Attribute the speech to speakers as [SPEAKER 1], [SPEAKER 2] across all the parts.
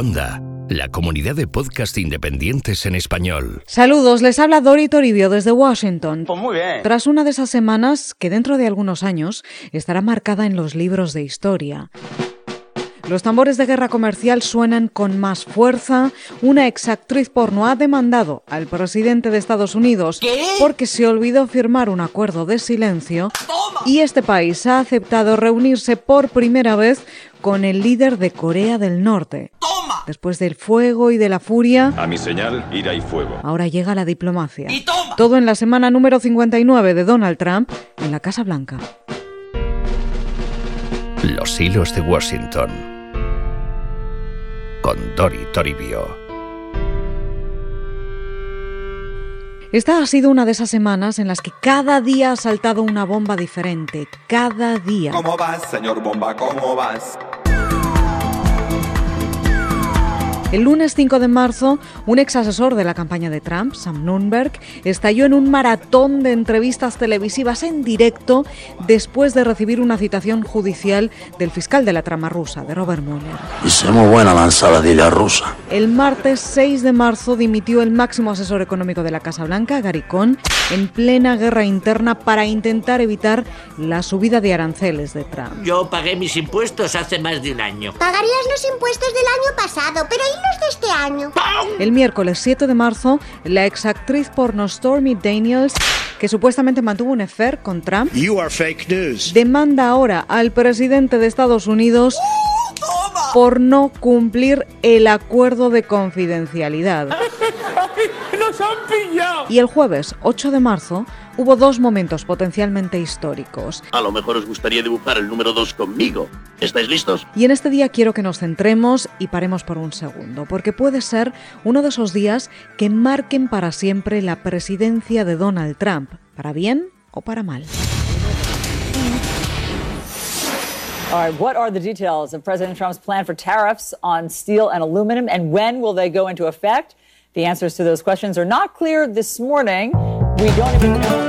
[SPEAKER 1] Onda, la comunidad de podcast independientes en español.
[SPEAKER 2] Saludos, les habla Dori Toribio desde Washington.
[SPEAKER 3] Pues muy bien.
[SPEAKER 2] Tras una de esas semanas que dentro de algunos años estará marcada en los libros de historia. Los tambores de guerra comercial suenan con más fuerza. Una exactriz porno ha demandado al presidente de Estados Unidos porque se olvidó firmar un acuerdo de silencio y este país ha aceptado reunirse por primera vez con el líder de Corea del Norte. Después del fuego y de la furia,
[SPEAKER 4] A mi señal, ira y fuego.
[SPEAKER 2] ahora llega la diplomacia. Todo en la semana número 59 de Donald Trump en la Casa Blanca.
[SPEAKER 1] Los hilos de Washington. Con Dori Toribio.
[SPEAKER 2] Esta ha sido una de esas semanas en las que cada día ha saltado una bomba diferente. Cada día.
[SPEAKER 4] ¿Cómo vas, señor Bomba? ¿Cómo vas?
[SPEAKER 2] El lunes 5 de marzo, un ex asesor de la campaña de Trump, Sam Nunberg, estalló en un maratón de entrevistas televisivas en directo después de recibir una citación judicial del fiscal de la trama rusa, de Robert Mueller.
[SPEAKER 5] Hice muy buena la ensaladilla rusa.
[SPEAKER 2] El martes 6 de marzo dimitió el máximo asesor económico de la Casa Blanca, Gary Cohn, en plena guerra interna para intentar evitar la subida de aranceles de Trump.
[SPEAKER 6] Yo pagué mis impuestos hace más de un año.
[SPEAKER 7] Pagarías los impuestos del año pasado, pero ¿y los de este año?
[SPEAKER 2] El miércoles 7 de marzo, la exactriz porno Stormy Daniels, que supuestamente mantuvo un affair con Trump, demanda ahora al presidente de Estados Unidos por no cumplir el acuerdo de confidencialidad. Y el jueves 8 de marzo hubo dos momentos potencialmente históricos.
[SPEAKER 8] A lo mejor os gustaría dibujar el número 2 conmigo. ¿Estáis listos?
[SPEAKER 2] Y en este día quiero que nos centremos y paremos por un segundo, porque puede ser uno de esos días que marquen para siempre la presidencia de Donald Trump, para bien o para mal.
[SPEAKER 9] All right, what are the details of President Trump's plan for tariffs on steel and aluminum, and when will they go into effect? The answers to those questions are not clear this morning. We don't even know.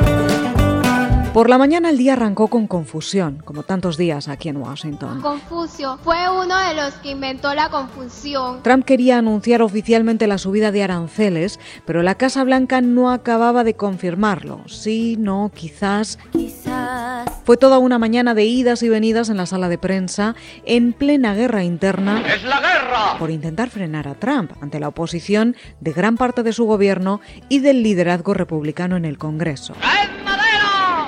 [SPEAKER 2] Por la mañana el día arrancó con confusión, como tantos días aquí en Washington.
[SPEAKER 10] Confucio fue uno de los que inventó la confusión.
[SPEAKER 2] Trump quería anunciar oficialmente la subida de aranceles, pero la Casa Blanca no acababa de confirmarlo. Sí, no, quizás. Fue toda una mañana de idas y venidas en la sala de prensa, en plena guerra interna. ¡Es la guerra! Por intentar frenar a Trump ante la oposición de gran parte de su gobierno y del liderazgo republicano en el Congreso.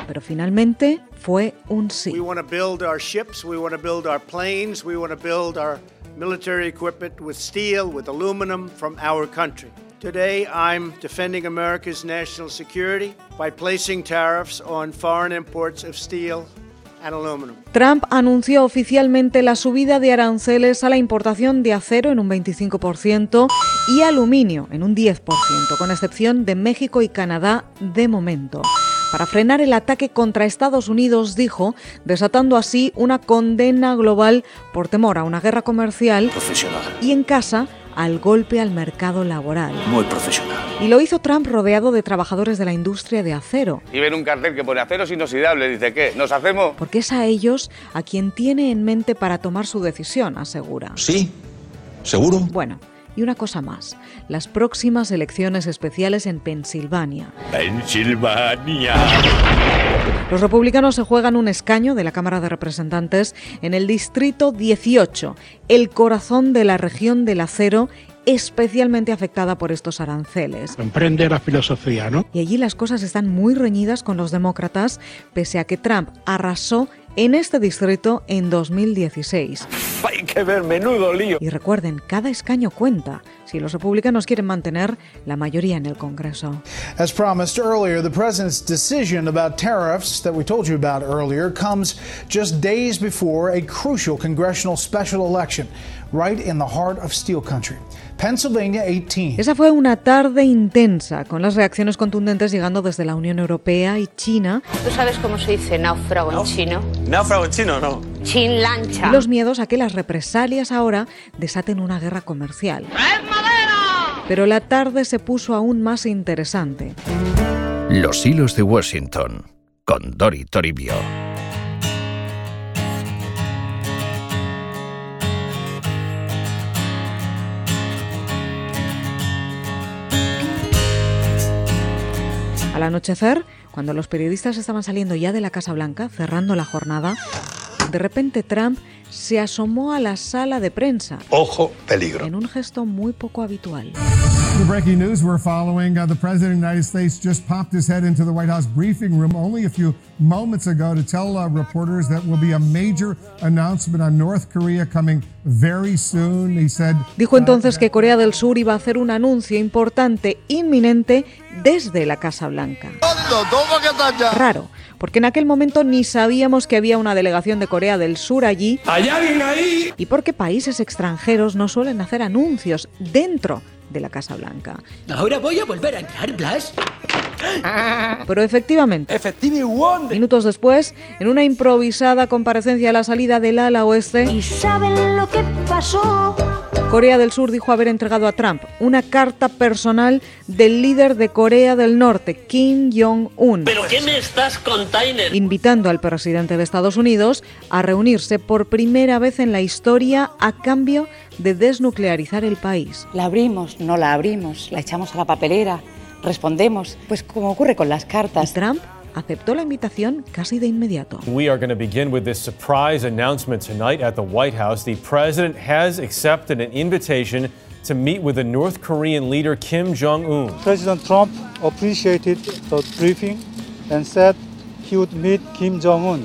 [SPEAKER 2] Pero finalmente fue un sí.
[SPEAKER 11] We want to build our ships, we want to build our planes, we want to build our military equipment with steel, with aluminum from our country. Today, I'm defending America's national security by placing tariffs on foreign imports of steel and aluminum.
[SPEAKER 2] Trump anunció oficialmente la subida de aranceles a la importación de acero en un 25% y aluminio en un 10%, con excepción de México y Canadá de momento. Para frenar el ataque contra Estados Unidos, dijo, desatando así una condena global por temor a una guerra comercial
[SPEAKER 5] Profesional.
[SPEAKER 2] y en casa al golpe al mercado laboral.
[SPEAKER 5] Muy profesional.
[SPEAKER 2] Y lo hizo Trump rodeado de trabajadores de la industria de acero,
[SPEAKER 12] y ven un cartel que pone aceros inoxidables. Dice, ¿qué? ¿Nos hacemos?
[SPEAKER 2] porque es a ellos a quien tiene en mente para tomar su decisión, asegura.
[SPEAKER 5] ¿Sí? ¿Seguro?
[SPEAKER 2] Bueno, y una cosa más, las próximas elecciones especiales en Pensilvania.
[SPEAKER 1] Pensilvania.
[SPEAKER 2] Los republicanos se juegan un escaño de la Cámara de Representantes en el Distrito 18, el corazón de la región del acero especialmente afectada por estos aranceles.
[SPEAKER 13] Emprende la filosofía, ¿no?
[SPEAKER 2] Y allí las cosas están muy reñidas con los demócratas, pese a que Trump arrasó en este distrito en 2016.
[SPEAKER 12] Hay que ver, menudo lío.
[SPEAKER 2] Y recuerden, cada escaño cuenta si los republicanos quieren mantener la mayoría en el Congreso.
[SPEAKER 11] As promised earlier, the president's decision about tariffs that we told you about earlier comes just days before a crucial congressional special election, right in the heart of steel country. Pennsylvania 18.
[SPEAKER 2] Esa fue una tarde intensa, con las reacciones contundentes llegando desde la Unión Europea y China
[SPEAKER 10] ¿Tú sabes cómo se dice náufrago en chino?
[SPEAKER 12] Náufrago en chino, no.
[SPEAKER 10] Chin lancha.
[SPEAKER 2] y los miedos a que las represalias ahora desaten una guerra comercial. Pero la tarde se puso aún más interesante.
[SPEAKER 1] Los hilos de Washington. Con Dori Toribio.
[SPEAKER 2] Al anochecer, cuando los periodistas estaban saliendo ya de la Casa Blanca, cerrando la jornada, de repente Trump se asomó a la sala de prensa
[SPEAKER 5] Ojo, peligro.
[SPEAKER 2] en un gesto muy poco habitual.
[SPEAKER 3] The breaking news we're following uh, the President of the United States just popped his head into the White House briefing room only a few moments ago to tell uh, reporters that will be a major announcement on North Korea coming very soon. He said,
[SPEAKER 2] Dijo entonces que Corea del Sur iba a hacer un anuncio importante, inminente, desde la Casa Blanca. Raro, porque en aquel momento ni sabíamos que había una delegación de Corea del Sur allí.
[SPEAKER 14] ¿Hay alguien ahí?
[SPEAKER 2] Y porque países extranjeros no suelen hacer anuncios dentro de la Casa Blanca.
[SPEAKER 14] Ahora voy a volver a entrar, Blas.
[SPEAKER 2] Pero efectivamente, minutos después, en una improvisada comparecencia a la salida del ala oeste,
[SPEAKER 7] ¿Saben lo que pasó?
[SPEAKER 2] Corea del Sur dijo haber entregado a Trump una carta personal del líder de Corea del Norte, Kim Jong-un,
[SPEAKER 15] ¿Pero qué me estás contando?
[SPEAKER 2] invitando al presidente de Estados Unidos a reunirse por primera vez en la historia a cambio de desnuclearizar el país.
[SPEAKER 16] La abrimos, no la abrimos, la echamos a la papelera, respondemos, pues como ocurre con las cartas.
[SPEAKER 2] Trump aceptó la invitación casi de inmediato.
[SPEAKER 17] We are going to begin with this surprise announcement tonight at the White House. The president has accepted an invitation to meet with the North Korean leader Kim Jong Un.
[SPEAKER 18] President Trump appreciated the briefing and said he would meet Kim Jong-un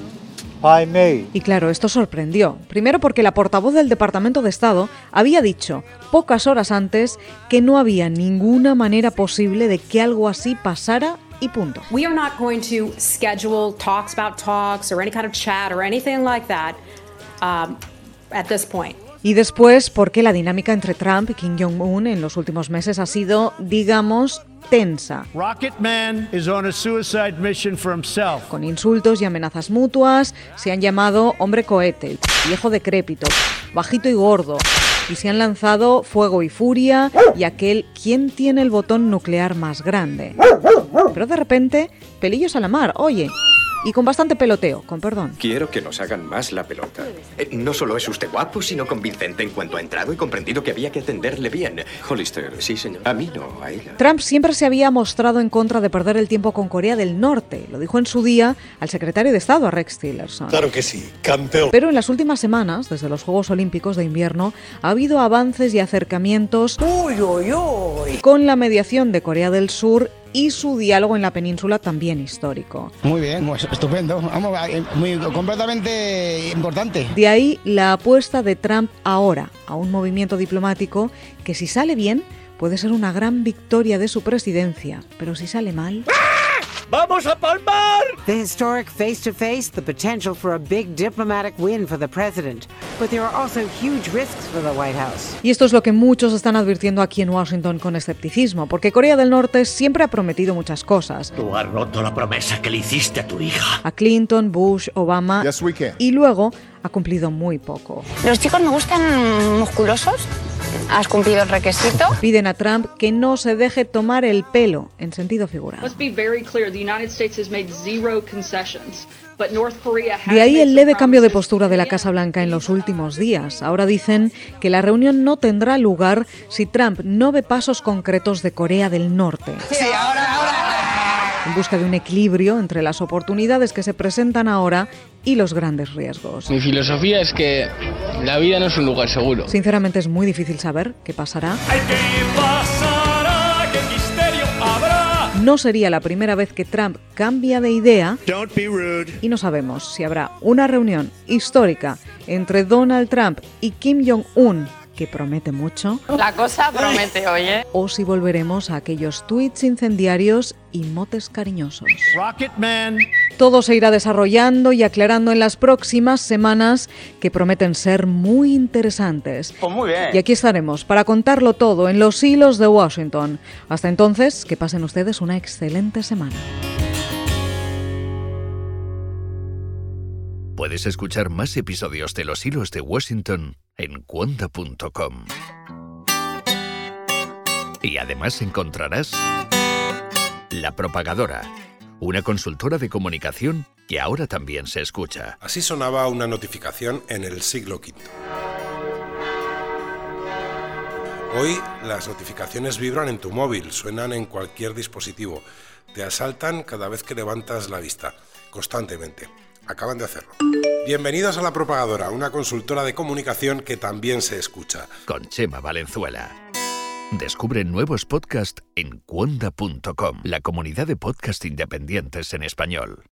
[SPEAKER 18] by May.
[SPEAKER 2] Y claro, esto sorprendió. Primero porque la portavoz del Departamento de Estado había dicho pocas horas antes que no había ninguna manera posible de que algo así pasara y punto.
[SPEAKER 19] We are not going to schedule talks about talks or any kind of chat or anything like that um, at this point.
[SPEAKER 2] Y después porque la dinámica entre Trump y Kim Jong-un en los últimos meses ha sido, digamos, tensa,
[SPEAKER 11] Rocket Man is on a suicide mission for himself.
[SPEAKER 2] con insultos y amenazas mutuas, se han llamado hombre cohete, viejo decrépito, bajito y gordo, y se han lanzado fuego y furia y aquel quién tiene el botón nuclear más grande. Pero de repente, pelillos a la mar, oye, y con bastante peloteo, con perdón.
[SPEAKER 20] Quiero que nos hagan más la pelota. Eh, no solo es usted guapo, sino convincente en cuanto ha entrado y comprendido que había que atenderle bien. Hollister. Sí, señor. A mí no, a ella.
[SPEAKER 2] Trump siempre se había mostrado en contra de perder el tiempo con Corea del Norte, lo dijo en su día al secretario de Estado, a Rex Tillerson.
[SPEAKER 21] que sí, campeón.
[SPEAKER 2] Pero en las últimas semanas, desde los Juegos Olímpicos de invierno, ha habido avances y acercamientos con la mediación de Corea del Sur y su diálogo en la península también histórico.
[SPEAKER 22] Muy bien, pues estupendo. Vamos, eh, muy, completamente importante.
[SPEAKER 2] De ahí la apuesta de Trump ahora a un movimiento diplomático que si sale bien puede ser una gran victoria de su presidencia, pero si sale mal...
[SPEAKER 23] ¡Vamos a palmar!
[SPEAKER 24] The historic face to face, the potential for a big diplomatic win for the president. But there are also huge risks for the White House.
[SPEAKER 2] Y esto es lo que muchos están advirtiendo aquí en Washington con escepticismo, porque Corea del Norte siempre ha prometido muchas cosas.
[SPEAKER 6] Tú has roto la promesa que le hiciste a tu hija.
[SPEAKER 2] A Clinton, Bush, Obama
[SPEAKER 6] Yes, we can.
[SPEAKER 2] y luego ha cumplido muy poco.
[SPEAKER 25] Los chicos me gustan musculosos. Has cumplido el requisito.
[SPEAKER 2] Piden a Trump que no se deje tomar el pelo, en sentido figurado.
[SPEAKER 26] Let's be very clear. The United States has made zero concessions, but North Korea has
[SPEAKER 2] De ahí
[SPEAKER 26] made
[SPEAKER 2] el
[SPEAKER 26] some
[SPEAKER 2] leve cambio de
[SPEAKER 26] promises.
[SPEAKER 2] postura de la Casa Blanca en los últimos días. Ahora dicen que la reunión no tendrá lugar si Trump no ve pasos concretos de Corea del Norte. En busca de un equilibrio entre las oportunidades que se presentan ahora y los grandes riesgos.
[SPEAKER 27] Mi filosofía es que la vida no es un lugar seguro.
[SPEAKER 2] Sinceramente es muy difícil saber qué pasará.
[SPEAKER 14] pasará? ¿Qué misterio habrá?
[SPEAKER 2] No sería la primera vez que Trump cambia de idea
[SPEAKER 14] Don't be rude.
[SPEAKER 2] y no sabemos si habrá una reunión histórica entre Donald Trump y Kim Jong-un, que promete mucho,
[SPEAKER 25] La cosa promete hoy, ¿eh?
[SPEAKER 2] o si volveremos a aquellos tweets incendiarios y motes cariñosos.
[SPEAKER 11] Rocket Man.
[SPEAKER 2] Todo se irá desarrollando y aclarando en las próximas semanas que prometen ser muy interesantes.
[SPEAKER 12] Pues muy bien.
[SPEAKER 2] Y aquí estaremos para contarlo todo en los hilos de Washington. Hasta entonces, que pasen ustedes una excelente semana.
[SPEAKER 1] Puedes escuchar más episodios de Los Hilos de Washington en cuonda.com. Y además encontrarás La Propagadora, una consultora de comunicación que ahora también se escucha.
[SPEAKER 28] Así sonaba una notificación en el siglo V. Hoy las notificaciones vibran en tu móvil, suenan en cualquier dispositivo. Te asaltan cada vez que levantas la vista, constantemente. Acaban de hacerlo. Bienvenidos a La Propagadora, una consultora de comunicación que también se escucha.
[SPEAKER 1] Con Chema Valenzuela. Descubre nuevos podcasts en cuonda.com, la comunidad de podcast independientes en español.